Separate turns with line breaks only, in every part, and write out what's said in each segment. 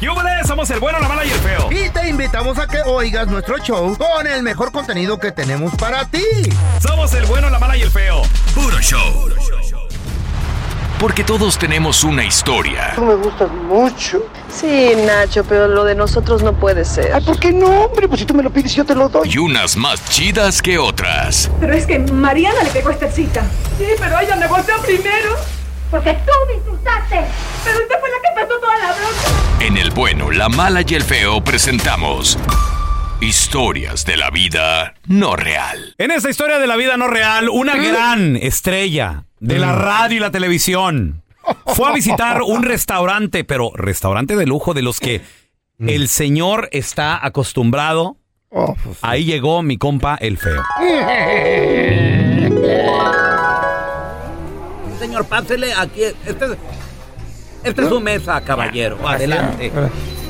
¡Yúbales! Somos el bueno, la mala y el feo.
Y te invitamos a que oigas nuestro show con el mejor contenido que tenemos para ti.
Somos el bueno, la mala y el feo.
Puro show. Porque todos tenemos una historia.
Tú me gustas mucho.
Sí, Nacho, pero lo de nosotros no puede ser.
Ay, ¿por qué no, hombre? Pues si tú me lo pides, yo te lo doy.
Y unas más chidas que otras.
Pero es que Mariana le pegó esta cita. Sí, pero ella me golpeó primero.
Porque tú me insultaste.
Pero usted fue la que pasó toda la bronca.
En El Bueno, la Mala y el Feo presentamos. Historias de la vida no real.
En esta historia de la vida no real, una
Mm.
gran estrella de la radio y la televisión fue a visitar un restaurante, pero restaurante de lujo de los que el señor está acostumbrado.
Mm. Oh, pues,
Ahí llegó mi compa el feo.
Señor, pásele aquí. Esta es, esta es su mesa, caballero. Adelante.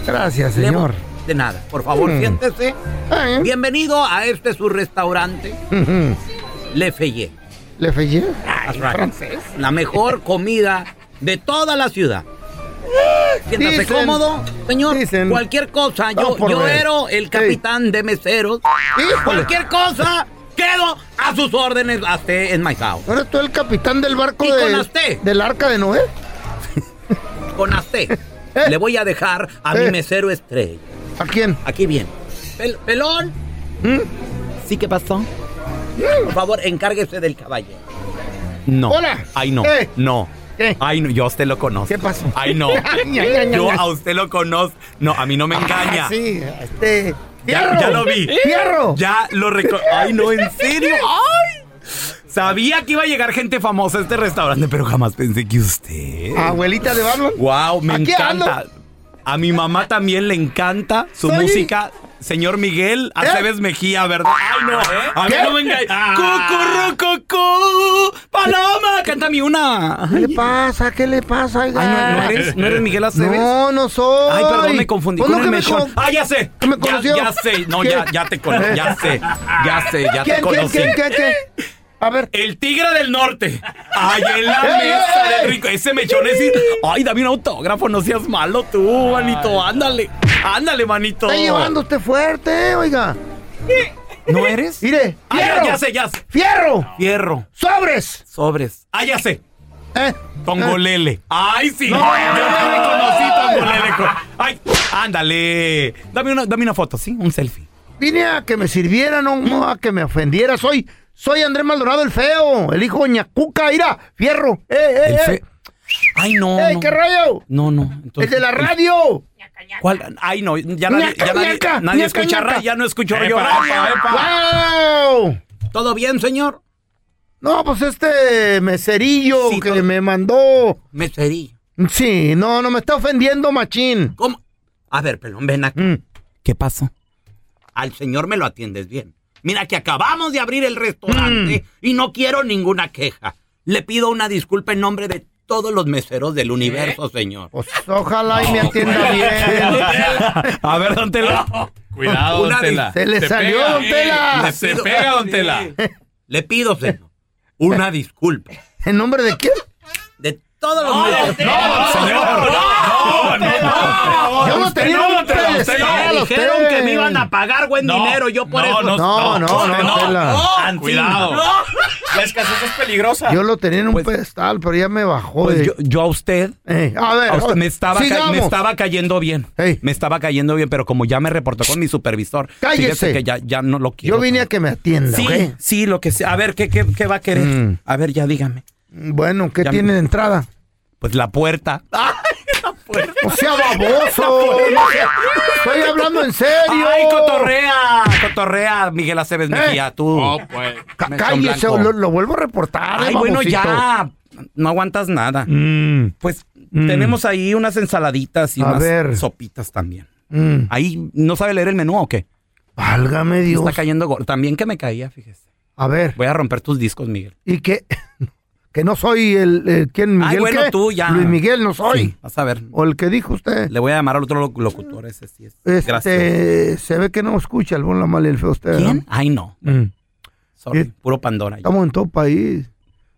Gracias, señor.
De nada. Por favor,
Mm.
siéntese.
Ah, ¿eh?
Bienvenido a este su restaurante,
Ujú.
Le Fayet.
¿Le fallé?
That's right. La mejor comida de toda la ciudad. Siéntase
Dicen.
cómodo, señor.
Dicen.
Cualquier cosa. Yo,
No, por
yo
ver.
era el capitán de meseros.
Híjole.
Cualquier cosa, quedo a sus órdenes a usted en my house.
¿No eres tú el capitán del barco
Y
de-
con las T.
del arca de Noé?
Con usted. Le voy a dejar a
Eh.
mi mesero estrella.
¿A quién?
Aquí bien. Pel- pelón.
¿Mm?
¿Sí qué pasó? Por favor, encárguese del caballero.
No.
Hola.
Ay, no.
Eh.
No.
¿Qué?
Ay, no. Yo a usted lo conozco.
¿Qué pasó?
Ay, no.
Ña, ña, ña,
Yo
ña.
a usted lo conozco. No, a mí no me engaña.
Ah, sí, a este.
Ya,
¡Fierro!
ya lo vi.
¡Fierro!
Ya lo reconozco. Ay, no, en serio. Ay. Sabía que iba a llegar gente famosa a este restaurante, pero jamás pensé que usted.
Abuelita de Batman.
Wow, me
Aquí
encanta.
ando.
A mi mamá también le encanta su
Soy- ¿Eh?
música. Señor Miguel Aceves Mejía, ¿verdad? Ay, no. A mí
¿Qué? Ah.
no me engaña. Paloma, cántame una.
¿Qué le pasa? ¿Qué le pasa?
Ay, no, no
oiga?
eres, no eres Miguel Aceves.
Ah. No, no soy.
Ay, perdón, me confundí
Pues
con
no que
el
me
mechón.
con-
Ah, ya sé.
que me
ya,
conoció.
ya sé. No,
¿Qué?
ya, ya te conozco. Ya sé. Ya sé, ya te
¿Quién, quién,
conocí.
quién, quién, quién? A ver.
El tigre del norte. Ay, en la
¡Ey,
mesa
ey!
del rico. Ese mechón es. Ay, dame un autógrafo, no seas malo tú, manito. Ándale. Ándale, manito.
Está llevando usted fuerte, oiga.
¿No eres?
Mire.
Ah, ya,
¡Fierro!
ya sé, ya sé.
¡Fierro!
Fierro.
¡Sobres!
Sobres. Ah, ya sé.
¿Eh?
Tongolele. Ay, sí. Yo te reconocí, Tongolele. co- Ay, ándale. Dame una, dame una foto, ¿sí? Un selfie.
Vine a que me sirviera, no, no a que me ofendiera. Soy, soy Andrés Maldonado el Feo, el hijo de Ñacuca. Mira, fierro. ¡Eh, eh,
El
eh!
fe- Ay, no.
¡Ey,
no.
qué rayo!
No, no. entonces-
¡El de la radio!
¿Cuál? Ay, no. Ya nadie,
Ñaca,
ya nadie,
ñaca,
nadie
ñaca,
escucha
ñaca.
ra- Ya no escucho radio.
¡Wow!
¿Todo bien, señor?
No, pues este meserillo
Sí,
que
todo-
me mandó.
Mesería.
Sí, no, no me está ofendiendo, machín.
¿Cómo? A ver, pelón, ven aquí.
Mm.
¿Qué pasó?
Al señor me lo atiendes bien. Mira que acabamos de abrir el restaurante
Mm.
y no quiero ninguna queja. Le pido una disculpa en nombre de todos los meseros del
¿Eh?
universo, señor.
Pues ojalá y me atienda bien.
A ver, don Tela.
Cuidado,
Una
don Tela.
Se le
Te
salió,
pega.
don Tela.
Se pega, don Tela.
Le pido, señor, una disculpa
¿En nombre de quién?
de todos los meseros.
señor. No, no, no.
Yo no
Usted
tenía
no,
un
don Tela, usted
pedestal,
Me
a
dijeron
usted.
que me iban a pagar buen
No,
dinero, yo por
no,
eso.
no,
No, no,
no,
no, don Tela.
no.
Cuidado. La escasez es peligrosa.
Yo lo tenía en un
Pues-
pedestal, pero ya me bajó de...
Pues yo, yo a usted.
Eh, a ver,
a usted me, estaba ca-
sigamos.
me estaba cayendo bien.
Ey.
Me estaba cayendo bien, pero como ya me reportó con mi supervisor,
Cállese.
fíjese que ya, ya no lo quiero.
Yo vine a que me atienda,
Sí,
¿ok?
sí, lo que sea. A ver, ¿qué, qué, qué va a querer?
Mm.
A ver, ya dígame.
Bueno, ¿qué
Ya
tiene
me-
de entrada?
Pues la puerta.
O sea, baboso. no sea- Estoy hablando en serio.
¡Ay, cotorrea! Cotorrea, Miguel Aceves
Eh.
Mejía, tú.
Oh,
No, pues.
Ca-
Mechón
Cállese,
blanco.
lo, lo vuelvo a reportar.
Ay,
eh,
bueno,
babosito.
ya. No aguantas nada.
Mm,
Pues tenemos ahí unas ensaladitas y
A
unas
ver.
sopitas también.
mm.
Ahí, ¿no sabe leer el menú o qué?
Válgame
Me
Dios.
está cayendo gordo. También que me caía, fíjese.
A ver,
Voy a romper tus discos, Miguel.
y que, que no soy el, eh, ¿quién? Miguel
Ay, bueno,
qué?
tú ya.
Luis Miguel no soy.
Sí, vas a ver.
O el que dijo usted.
Le voy a llamar al otro loc- locutor, ese sí es. Gracias.
Este, se ve que no escucha el bon, la mala y el feo usted. ¿verdad?
¿Quién? Ay, no.
Mm.
Sorry.
¿Quién?
Puro Pandora.
Estamos en todo país.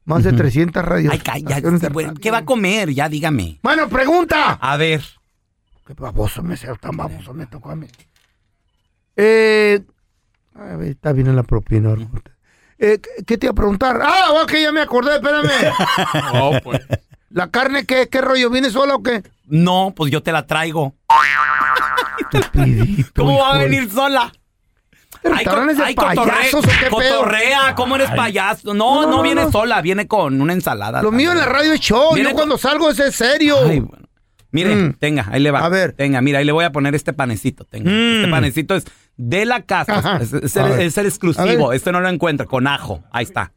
Más de
Ujú.
300 radios.
Ay, cállate. Bueno, ¿Qué va a comer? Ya dígame.
Ah. Bueno, pregunta. Ah,
A ver.
Qué baboso me sea, tan baboso me tocó a mí. Eh, a ver, está bien en la propina. Orgullo. Eh, ¿qué- ¿Qué te iba a preguntar? Ah, ok, ya me acordé, espérame.
Oh,
No, pues.
¿La carne qué, qué rollo? ¿Viene sola o qué?
No, pues yo te la traigo.
Pidito,
¿Cómo va a
hijo de-
venir sola? Ay, co-
¿Restaurantes de
ay, cotorre-
payasos o qué pedo?
Cotorrea, ¿cómo eres payaso?
No,
No, no,
no,
viene
no.
sola, viene con una ensalada.
Lo mío en la radio es show.
Viene
Yo
con-
cuando salgo es en serio.
Ay, bueno. Mire,
Mm.
tenga, ahí le va.
A ver.
Tenga, mira, ahí le voy a poner este panecito. Tenga.
Mm.
Este panecito es de la casa.
Ajá.
Es, es
A
el,
ver.
es el
A
exclusivo.
ver.
Este no lo encuentro, con ajo. Ahí está.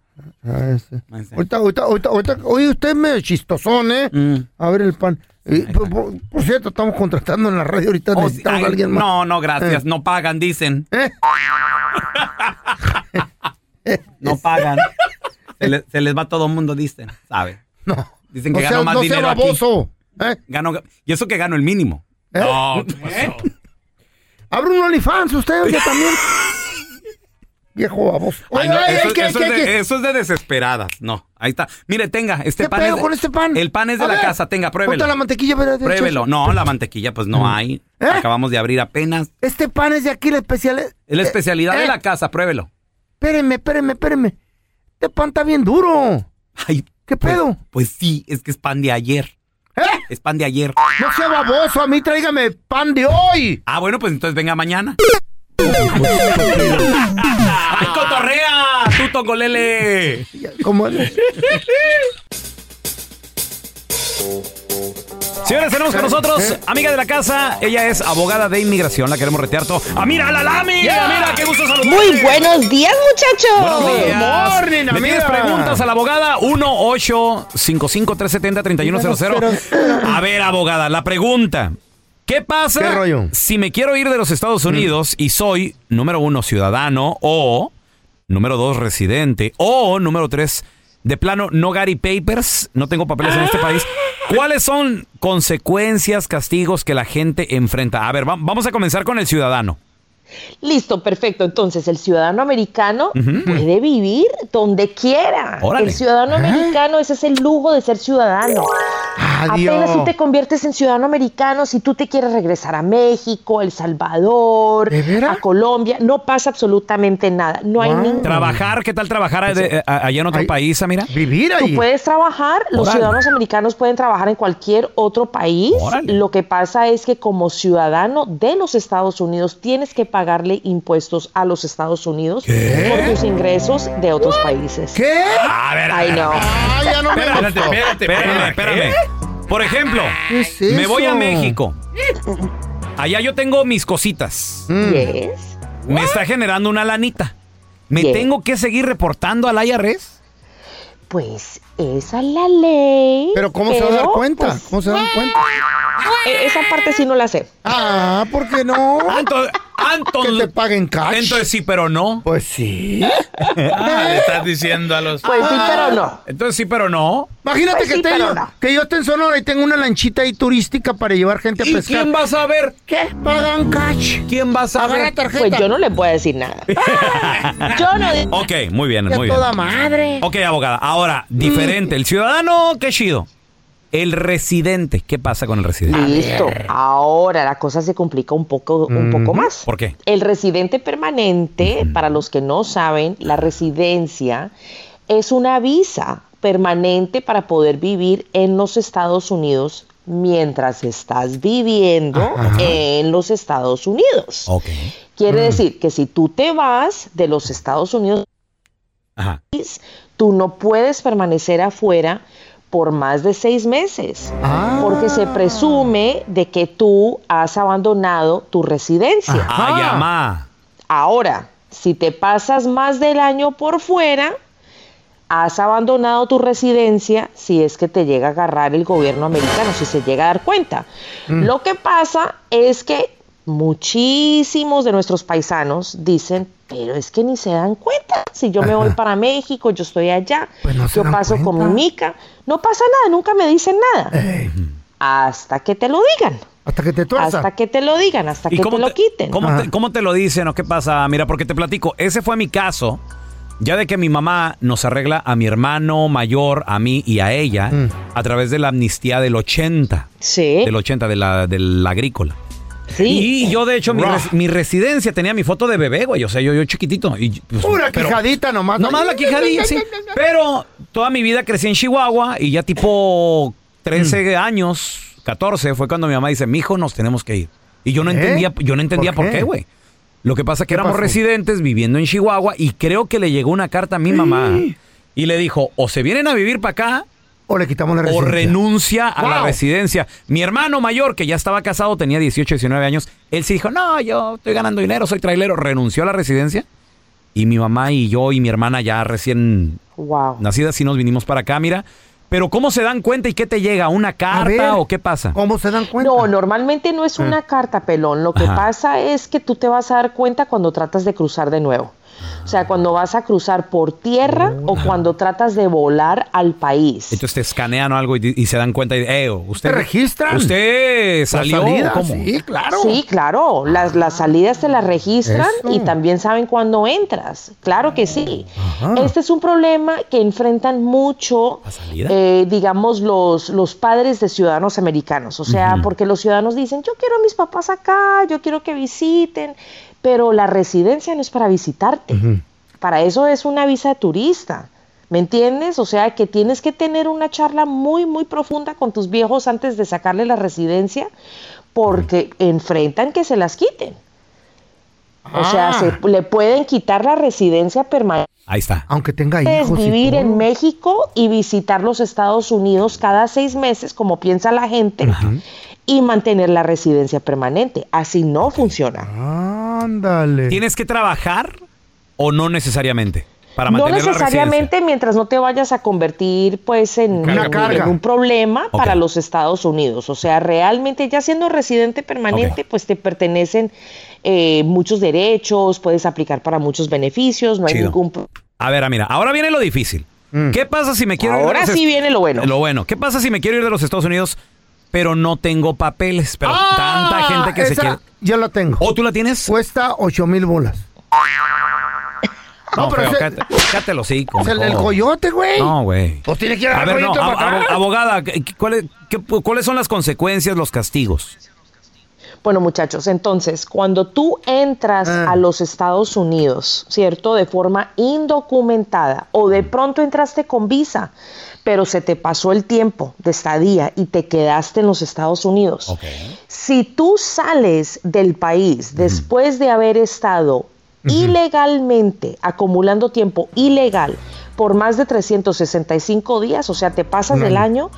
Ah, ese.
Ahí está.
Ahorita, ahorita, ahorita, ahorita- Oye, usted me chistosón, ¿eh?
Mm.
A ver el pan. Eh, por, por- por cierto, estamos contratando en la radio ahorita.
Oh, sí,
necesitamos
ay,
a alguien más.
No, no, gracias. No pagan, dicen.
¿Eh?
No pagan. se, le- se les va todo el mundo, dicen. ¿Sabe?
No.
Dicen
No
que
sea,
gano más
no sea
dinero aquí.
baboso. ¿eh?
Gano- y eso que gano el mínimo.
¿Eh?
No, ¿qué pasó?
Abre un OnlyFans usted oye, también. Viejo baboso.
Ay,
Oye,
no,
ay,
eso,
ay, ¿qué,
eso
qué,
es de,
qué?
eso es de desesperadas. No, ahí está. Mire, tenga, este
¿Qué
pan.
pedo
es de-
con este pan?
El pan es de
A
la
ver,
casa, tenga, pruébelo.
Ponte la mantequilla, espérate,
Pruébelo.
Checho.
No, la mantequilla pues no hay.
¿Eh?
Acabamos de abrir apenas.
Este pan es de aquí, la especial. Es
Es la especialidad
eh.
de la casa, pruébelo.
Espérenme, espérenme, espérenme. Este pan está bien duro.
Ay,
¿Qué
pues-
pedo?
Pues, sí, es que es pan de ayer.
¿Eh?
Es pan de ayer.
No sea baboso, a mí tráigame pan de hoy.
Ah, bueno, pues entonces venga mañana. ¡Ay, cotorrea! ¡Tú, Tongolele!
¿Cómo es?
Señores, tenemos con nosotros amiga de la casa. Ella es abogada de inmigración. La queremos retear todo. Ah, ¡Amira Lalami! ¡Amira, qué gusto saludarte!
Muy buenos días, muchachos.
Buenos días.
morning,
¿Le tienes
amiga.
preguntas a la abogada? 1-855-370-3100. A ver, abogada, la pregunta. ¿Qué pasa
¿Qué rollo?
si me quiero ir de los Estados Unidos y soy, número uno, ciudadano o, número dos, residente o, número tres, de plano, no Gary Papers, no tengo papeles en
Ah.
este país? ¿Cuáles son consecuencias, castigos que la gente enfrenta? A ver, va- vamos a comenzar con el ciudadano.
Listo, perfecto. Entonces, el ciudadano americano puede vivir donde quiera.
Órale.
El ciudadano americano, ese es el lujo de ser ciudadano. Apenas tú
Adiós.
te conviertes en ciudadano americano, si tú te quieres regresar a México, El Salvador,
¿De veras?
a Colombia, no pasa absolutamente nada. No hay
Wow.
ningún
Trabajar, ¿qué tal trabajar de- eh, a- allá en otro
Mm. Pues Ay.
país, Amira?
Vivir
Tú
ahí.
puedes trabajar, los
Órale.
ciudadanos americanos pueden trabajar en cualquier otro país.
Órale.
Lo que pasa es que como ciudadano de los Estados Unidos tienes que pagarle impuestos a los Estados Unidos por tus ingresos de otros países.
¿Qué?
A ver,
Ay, no.
Ah, ya no me
Espérate,
gustó.
espérate, espérame, espérame. Por ejemplo,
¿Qué es
me voy a
eso?
México. Allá yo tengo mis cositas.
Mm.
Yes.
Me está generando una lanita. ¿Me
Yeah.
tengo que seguir reportando al IRS?
Pues esa es la ley.
Pero ¿cómo se va a dar
pero,
cuenta?
pues,
¿Cómo se dan cuenta?
e- esa parte sí no la sé.
Ah, ¿por qué no?
Anton,
Que
Anton,
te paguen cash.
entonces sí, pero no.
Pues sí.
Ah, le estás diciendo a los.
Pues sí, pero
Ah.
no.
Ah, Entonces sí, pero no.
Imagínate
Pues
que,
sí,
te-
pero no.
que yo esté en Sonora y tengo una lanchita ahí turística para llevar gente a
¿Y
pescar.
quién va a saber?
¿Qué? Pagan cash.
¿Quién va a
Agarra
saber?
tarjeta.
Pues yo no le puedo decir nada. Yo no digo.
Ok, muy bien,
Que a
muy bien.
toda madre. Mm.
Ok, abogada. Ahora, diferente. El ciudadano, qué chido. El residente, ¿qué pasa con el
Ah.
residente?
Listo. Ahora la cosa se complica un poco, un poco más.
¿Por qué?
El residente permanente, para los que no saben, la residencia es una visa permanente para poder vivir en los Estados Unidos mientras estás viviendo en los Estados Unidos.
Ok.
Quiere decir que si tú te vas de los Estados Unidos
Ajá.
tú no puedes permanecer afuera por más de seis meses,
Ah.
porque se presume de que tú has abandonado tu residencia.
Ay, amá.
Ahora, si te pasas más del año por fuera, has abandonado tu residencia si es que te llega a agarrar el gobierno americano, si se llega a dar cuenta.
Mm.
Lo que pasa es que muchísimos de nuestros paisanos dicen, pero es que ni se dan cuenta. Si yo me voy para México, yo estoy allá,
Pues no se
yo
dan
paso con mi
cuenta. Eh.
mica, no pasa nada, nunca me dicen nada.
Ey,
Hasta que te lo digan,
hasta que te tuerza.
hasta que te lo digan, hasta
¿Y
que te lo quiten.
¿cómo
Ajá.
te, cómo te lo dicen o qué pasa? Mira, porque te platico, ese fue mi caso. Ya de que mi mamá nos arregla a mi hermano mayor, a mí y a ella,
Mm.
a través de la amnistía del 80,
Sí,
del 80 de la, del agrícola.
¿Eh? sí.
Y yo, de hecho, mi, res- mi residencia tenía mi foto de bebé, güey. O sea, yo, yo chiquitito. Y, pues,
Pura
pero-
quijadita nomás.
Nomás la quijadilla, sí. Pero toda mi vida crecí en Chihuahua y ya tipo 13
Mm.
años, 14, fue cuando mi mamá dice, mijo, nos tenemos que ir. Y yo no
¿Eh?
entendía, yo no entendía
¿Por
por
qué?
qué, güey. Lo que pasa es que
¿Qué
éramos
pasó?
residentes viviendo en Chihuahua y creo que le llegó una carta a mi mamá y le dijo, o se vienen a vivir para acá
O le quitamos la
o
residencia.
renuncia a la
Wow.
residencia. Mi hermano mayor, que ya estaba casado, tenía 18, 19 años, él sí dijo, no, yo estoy ganando dinero, soy trailero, renunció a la residencia. Y mi mamá y yo y mi hermana ya recién
Wow.
nacidas sí nos vinimos para acá, mira. Pero ¿cómo se dan cuenta y qué te llega? ¿Una carta
ver.
o qué pasa?
¿Cómo se dan cuenta?
No, normalmente no es una carta, pelón. Lo que
Mm. Ajá.
pasa es que tú te vas a dar cuenta cuando tratas de cruzar de nuevo. O sea, cuando vas a cruzar por tierra o cuando tratas de volar al país.
Entonces te escanean o algo y, di- y se dan cuenta y eh, usted
¿Te registran?
¿Usted
La
salió?
salida,
¿Cómo?
Sí, claro. Ah.
Sí, claro. Las, las salidas te las registran
Eso.
y también saben cuándo entras. Claro que sí.
Ajá.
Este es un problema que enfrentan mucho,
¿La salida?
eh, digamos, los, los padres de ciudadanos americanos. O sea,
Ujú.
porque los ciudadanos dicen, yo quiero a mis papás acá, yo quiero que visiten, pero la residencia no es para visitarte. Para eso es una visa de turista. ¿Me entiendes? O sea que tienes que tener una charla muy, muy profunda con tus viejos antes de sacarle la residencia porque enfrentan que se las quiten. O sea, se, le pueden quitar la residencia permanente,
Ahí está.
Aunque tenga
es
hijos. y
vivir
todo.
en México y visitar los Estados Unidos cada seis meses, como piensa la gente, y mantener la residencia permanente. Así no funciona.
Ándale.
¿Tienes que trabajar o no necesariamente? Para
No
mantener la residencia?
necesariamente mientras no te vayas a convertir pues en,
Una
en-
carga.
en un problema
Ok.
para los Estados Unidos. O sea, realmente ya siendo residente permanente,
Ok.
pues te pertenecen eh, muchos derechos, puedes aplicar para muchos beneficios, no hay
Chido.
ningún... pro-
A ver, ah, mira, ahora viene lo difícil.
Mm.
¿Qué pasa si me quiero ir de
Ahora
los
sí
est-
viene lo bueno.
Lo bueno, ¿qué pasa si me quiero ir de los Estados Unidos, pero no tengo papeles? Pero tanta gente que se
Ah, esa
quiere. Oh.
Yo la tengo.
¿O tú la tienes?
Cuesta 8 mil bolas. pero
no, pero
ese-
cállate- cállate el hocico,
O sea, el, el
mejor.
coyote, güey.
No, güey.
Pues tiene que ir
A
al
ver, no,
coyote
ab-
para
abo-
acá.
abogada, ¿qué- qué- ¿cuáles qué- cuáles son las consecuencias, los castigos?
Bueno, muchachos, entonces, cuando tú entras
Ah.
a los Estados Unidos, ¿cierto? De forma indocumentada o de pronto entraste con visa, pero se te pasó el tiempo de estadía y te quedaste en los Estados Unidos. Si tú sales del país después de haber estado ilegalmente acumulando tiempo ilegal por más de 365 días, o sea, te pasas del año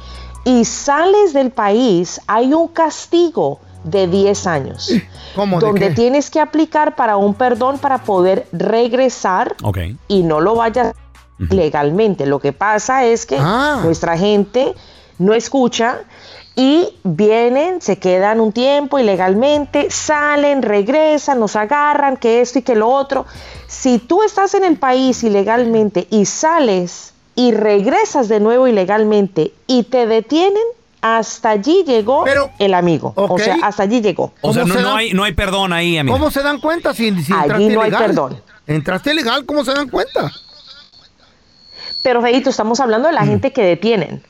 y sales del país, hay un castigo de 10 años.
¿Cómo? ¿De
Donde
qué?
tienes que aplicar para un perdón para poder regresar
Ok.
y no lo vayas legalmente. Lo que pasa es que
Ah.
nuestra gente no escucha y vienen, se quedan un tiempo ilegalmente, salen, regresan, nos agarran, que esto y que lo otro. Si tú estás en el país ilegalmente y sales y regresas de nuevo ilegalmente y te detienen, hasta allí llegó
Pero-
el amigo. O
Ok.
sea, hasta allí llegó.
O sea,
¿Cómo
no,
se
no
dan-
hay, no hay perdón ahí, amigo.
¿Cómo se dan cuenta si, si
Allí
entraste
no hay
ilegal?
perdón.
Entraste ilegal, ¿cómo se dan cuenta?
Pero, Feito, estamos hablando de la
Mm.
gente que detienen,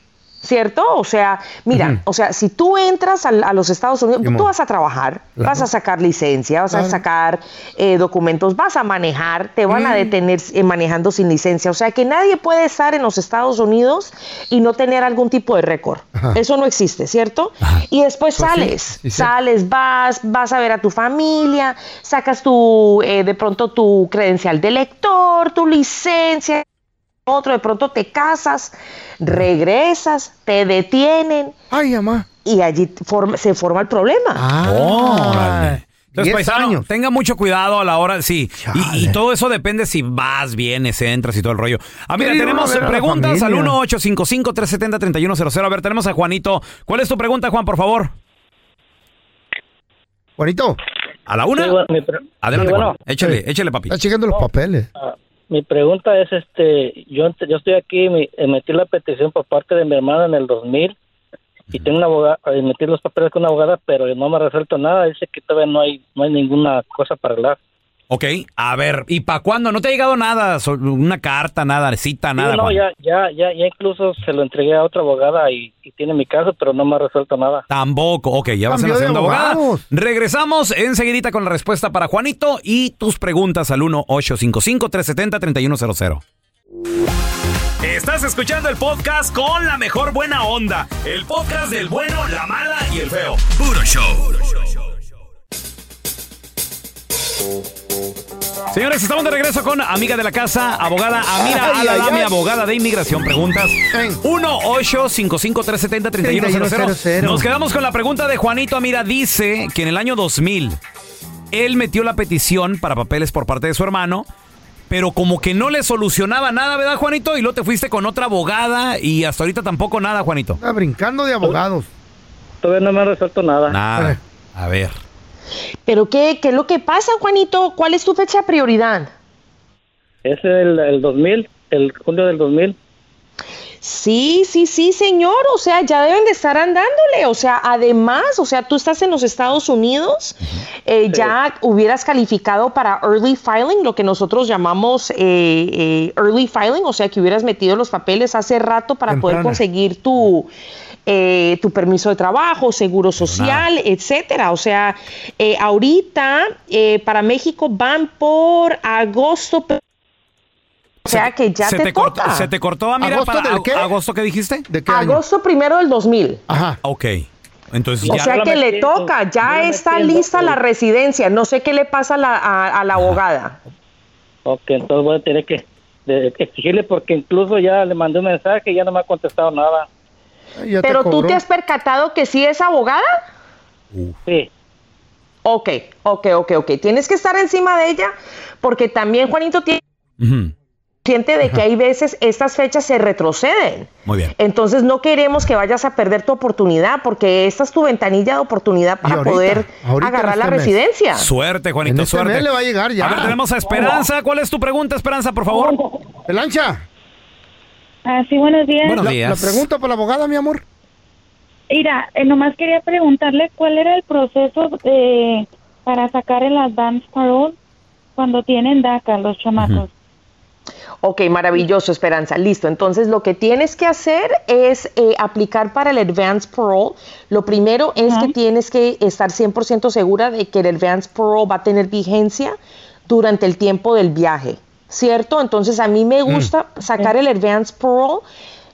¿cierto? O sea, mira, o sea, si tú entras al- a, los Estados Unidos,
Simón.
tú vas a trabajar, vas a sacar licencia, vas a
Claro.
sacar eh, documentos, vas a manejar,
Mm.
te van a detener eh, manejando sin licencia. O sea, que nadie puede estar en los Estados Unidos y no tener algún tipo de récord.
Ajá.
Eso no existe, ¿cierto? Y después sales,
¿Ah, sí, sí.
sales, vas, vas a ver a tu familia, sacas tu, eh, de pronto tu credencial de lector, tu licencia, otro, de pronto te casas, regresas, te detienen
Ay, mamá.
y allí form- se forma el problema.
Ah.
Órale. Entonces,
Diez
paisano,
años.
tenga mucho cuidado a la hora, sí. Y- Y,
Chale.
todo eso depende si vas, vienes, entras y todo el rollo. Ah, mira,
Quiero ir
tenemos
a ver a la
preguntas al
familia.
1-855-370-3100. A ver, tenemos a Juanito. ¿Cuál es tu pregunta, Juan, por favor?
Juanito,
¿A la una?
Sí, bueno, mi, pre-
Adelante,
sí, bueno.
Juan. Échale, échale, papi.
estás checando los papeles.
ah, mi pregunta es, este, yo, ent- yo estoy aquí, mi- eh, metí la petición por parte de mi hermana en el 2000 y tengo una abogada, eh, metí los papeles con una abogada, pero no me ha resuelto nada. Dice que todavía no hay, no hay ninguna cosa para hablar.
Ok, a ver, ¿y para cuándo? ¿No te ha llegado nada? So- ¿Una carta, nada, cita, nada?
Sí, no,
Juan?
ya, ya, ya, ya incluso se lo entregué a otra abogada y, y tiene mi caso, pero no me ha resuelto nada.
Tampoco. Ok, ya vas en la
Cambió de
segunda abogada.
abogados.
Regresamos enseguidita con la respuesta para Juanito y tus preguntas al 1-855-370-3100. Estás escuchando el podcast con la mejor buena onda. El podcast del bueno, la mala y el feo.
Puro show.
Señores, estamos de regreso con amiga de la casa, abogada Amira
Ay,
Alalami,
ay, ay.
abogada de inmigración. Preguntas 1-855-370-3100.
3100.
Nos quedamos con la pregunta de Juanito Amira. Dice que en el año 2000 él metió la petición para papeles por parte de su hermano, pero como que no le solucionaba nada, ¿verdad, Juanito? Y luego te fuiste con otra abogada y hasta ahorita tampoco nada, Juanito.
Está brincando de abogados.
Todavía no me ha resuelto nada.
Nada. A ver.
¿Pero qué, qué es lo que pasa, Juanito? ¿Cuál es tu fecha de prioridad?
Es el, el 2000, el junio del 2000.
Sí, sí, sí, señor. O sea, ya deben de estar andándole. O sea, además, o sea, tú estás en los Estados Unidos, eh, ya hubieras calificado para early filing, lo que nosotros llamamos eh, eh, early filing, o sea, que hubieras metido los papeles hace rato para poder
Temprana.
conseguir tu, eh, tu permiso de trabajo, seguro social, etcétera. O sea, eh, ahorita eh, para México van por agosto. O sea que ya
se
te,
te cortó,
toca.
se te cortó Amira
¿Agosto
para-
del qué?
agosto qué dijiste?
¿De
Agosto primero del 2000.
Ajá.
Ok. Entonces
O
ya-
sea que le toca, ya está lista la residencia. No sé qué le pasa a la, a- a la abogada.
Ok, entonces voy a tener que de- exigirle porque incluso ya le mandé un mensaje y ya no me ha contestado nada.
Pero tú te has percatado que sí es abogada.
Sí.
Ok, ok, ok, ok. Tienes que estar encima de ella porque también Juanito tiene consciente de que hay veces estas fechas se retroceden.
Muy bien.
Entonces no queremos que vayas a perder tu oportunidad porque esta es tu ventanilla de oportunidad para
ahorita,
poder
ahorita
agarrar
en
la
este mes.
residencia.
Suerte, Juanito,
En este
suerte.
mes le va a llegar ya.
A ver, tenemos a Esperanza. ¿Cuál es tu pregunta, Esperanza, por favor?
Pelancha.
Ah, sí, buenos días.
Buenos
La-
días.
La, pregunta para la abogada, mi amor.
Mira, eh, nomás quería preguntarle cuál era el proceso eh, para sacar el advance parole cuando tienen DACA los chamacos.
Ok, maravilloso, Esperanza. Listo. Entonces, lo que tienes que hacer es eh, aplicar para el Advance Parole. Lo primero es que tienes que estar 100% segura de que el Advance Parole va a tener vigencia durante el tiempo del viaje, ¿cierto? Entonces, a mí me gusta sacar el Advance Parole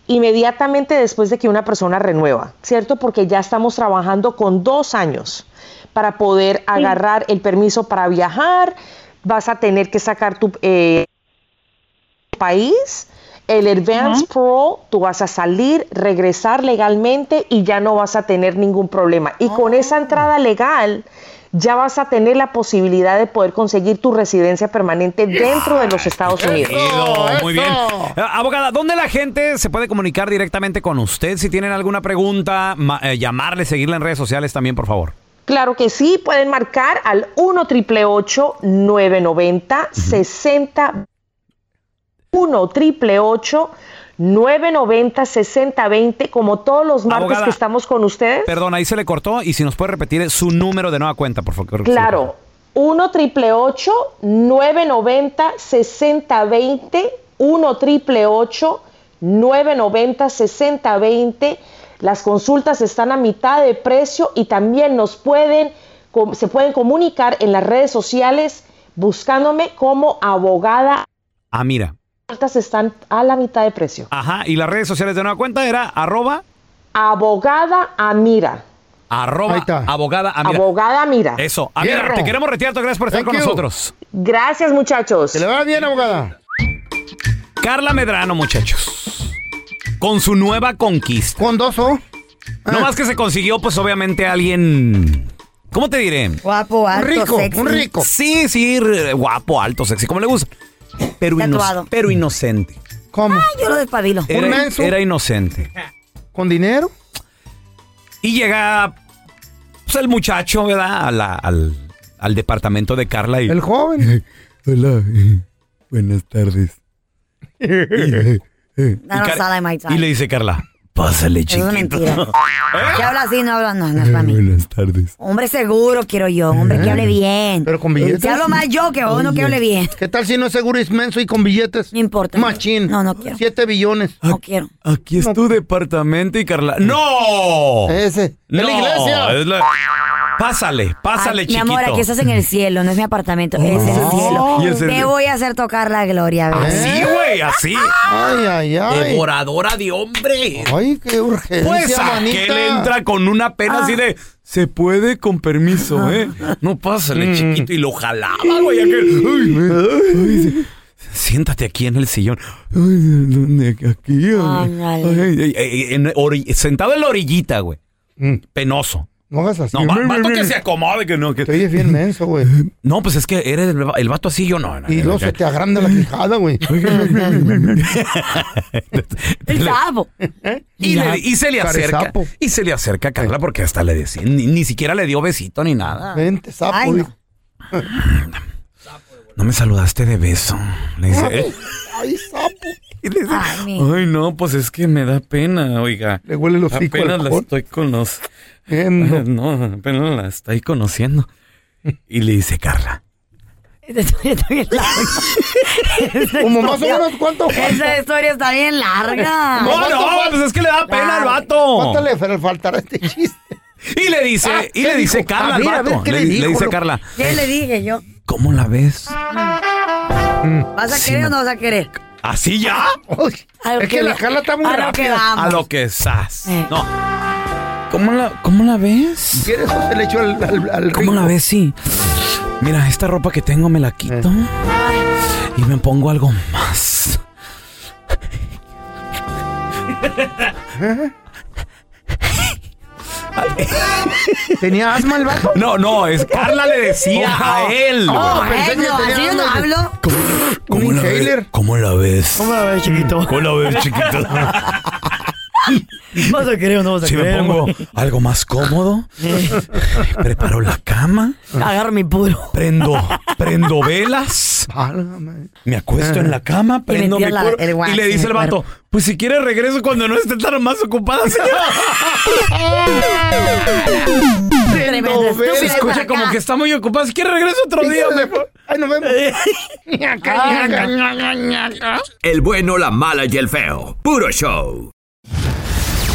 inmediatamente después de que una persona renueva, ¿cierto? Porque ya estamos trabajando con dos años para poder agarrar el permiso para viajar. Vas a tener que sacar tu... eh, país, el Advance Pro, tú vas a salir, regresar legalmente y ya no vas a tener ningún problema. Y con esa entrada legal, ya vas a tener la posibilidad de poder conseguir tu residencia permanente dentro de los Estados Unidos.
Ido, Muy bien. Eh, Abogada, ¿dónde la gente se puede comunicar directamente con usted? Si tienen alguna pregunta, ma- eh, llamarle, seguirla en redes sociales también, por favor.
Claro que sí, pueden marcar al 1 triple 990 60 1 triple 990 6020 como todos los martes
Abogada.
que estamos con ustedes.
Perdón, ahí se le cortó y si nos puede repetir su número de nueva cuenta, por favor.
Claro, 1 triple 990 6020 1 triple 990 6020 Las consultas están a mitad de precio y también nos pueden com- se pueden comunicar en las redes sociales buscándome como abogada.
Ah, mira.
Las consultas están a la mitad de precio.
Ajá, y las redes sociales de nueva cuenta era arroba,
Abogada Amira.
arroba, abogada Amira.
Abogada Amira.
Eso, Amira,
Hierro.
te queremos retirar, te gracias por estar
Thank
con
you.
nosotros.
Gracias, muchachos.
¿Te le va bien, abogada?
Carla Medrano, muchachos. Con su nueva conquista.
Con dos O.
Ah.
No más que se consiguió, pues obviamente alguien. ¿Cómo te diré?
Guapo, alto,
rico,
sexy.
un rico. Sí, sí, r- guapo, alto, sexy, como le gusta. Pero, ino-
Tatuado.
pero inocente.
¿Cómo?
Ah, yo lo despabilo.
Era, era inocente.
¿Con dinero?
Y llega pues, el muchacho, ¿verdad? A la- al, al departamento de Carla y.
El joven.
Hola, buenas tardes.
That was all I might
y
say.
le dice Carla, Pásale,
Eso es
chiquito.
mentira. Que habla así, no habla, no, no es para mí.
Buenas tardes.
Hombre seguro quiero yo, hombre que hable bien. Pero
con billetes.
Te hablo más yo que uno que hable bien.
¿Qué tal si no es seguro es menso y con billetes? No
importa.
Machín. No, no quiero. Siete billones.
Ah,
No quiero.
Aquí es tu departamento y Carla. ¡No!
Ese.
No,
¿Eh? la iglesia.
es la- Pásale, pásale,
Ay, Mi
chiquito.
amor, aquí estás en el cielo, no es mi apartamento, es el
Oh.
cielo.
Y es el-
Te voy a hacer tocar la gloria, bebé.
Así, güey, así.
Ay, ay, ay.
Devoradora de hombre.
Ay, qué urgencia,
Pues a
manita.
que le entra con una pena así de. Se puede con permiso, ¿eh? Mm. No pásale, chiquito. Y lo jalaba, güey. aquel. Uy, uy, sí. Siéntate aquí en el sillón. Ay, ¿dónde? Aquí. ay. Ay, ay, ay, Eh, en ori- Sentado en la orillita, güey. Penoso.
Mm, No hagas así.
No, va- vato que se acomode, que no. Que...
Estoy bien menso, güey.
No, pues es que eres el, el vato así, yo no. no,
Y
no,
luego
no.
se te agranda la quijada, güey.
El sapo.
Y, le- y se le acerca.
Caresapo.
Y se le acerca a Carla porque hasta le decía. Ni, ni siquiera le dio besito ni nada.
Vente, sapo.
Ay,
dijo.
No me saludaste de beso. Le dice. "Eh".
Ay, sapo.
Ay, mi-
Ay, no, pues es que me da pena, oiga.
Le huele el hocico
Apenas
al
la
alcohol.
estoy con los.
Viendo.
No, apenas la estoy conociendo. Y le dice Carla.
Esta historia está bien larga.
Como más o menos, ¿cuánto?
Esa historia está bien larga.
No, no, pues es que le da pena al vato.
¿Cuánto le faltará este chiste?
Y le dice,
Ah, ¿qué
y le dice
dijo?
Carla
A
al
ver, a ver,
vato.
¿qué
Le,
le
le
dijo,
dice
loco?
Carla,
¿Qué le dije yo?
¿cómo la ves?
¿Vas a
Sí,
querer
no.
o no vas a querer?
¿Así ya?
A lo
Es que la
ve-
Carla está muy
a lo que
rápida.
vamos. Eh.
A lo que estás. No. ¿Cómo la, ¿Cómo la ves?
¿Quieres o se le echó al, al, al
¿Cómo la
rico?
ves? Sí. Mira, esta ropa que tengo me la quito y me pongo algo más.
¿Tenía asma el vato?
No, no, es Carla le decía a él. güey.
Oh,
Ay,
pensé que
no, así
tenía
yo no
asma.
hablo.
¿Cómo la ves?
inhaler.
¿Cómo la ves?
¿Cómo la ves, chiquito?
¿Cómo la ves, chiquito?
¿Vas a querer o no vas a
Si me
querer?
pongo algo más cómodo, preparo la cama,
Agarro mi puro.
prendo, prendo velas,
Válgame.
me acuesto en la cama, prendo mi
tiro Ah. la-
cuero-
el wax
y le
en
dice
el
el vato, pues si quiere regreso cuando no esté tan más ocupada, señora.
Tremendo estúpido
Se escucha
para
como
acá.
que está muy ocupada. Si quiere regreso otro día, mejor.
Ay, nos vemos. Ñaca, ñaca.
El bueno, la mala y el feo. Puro show.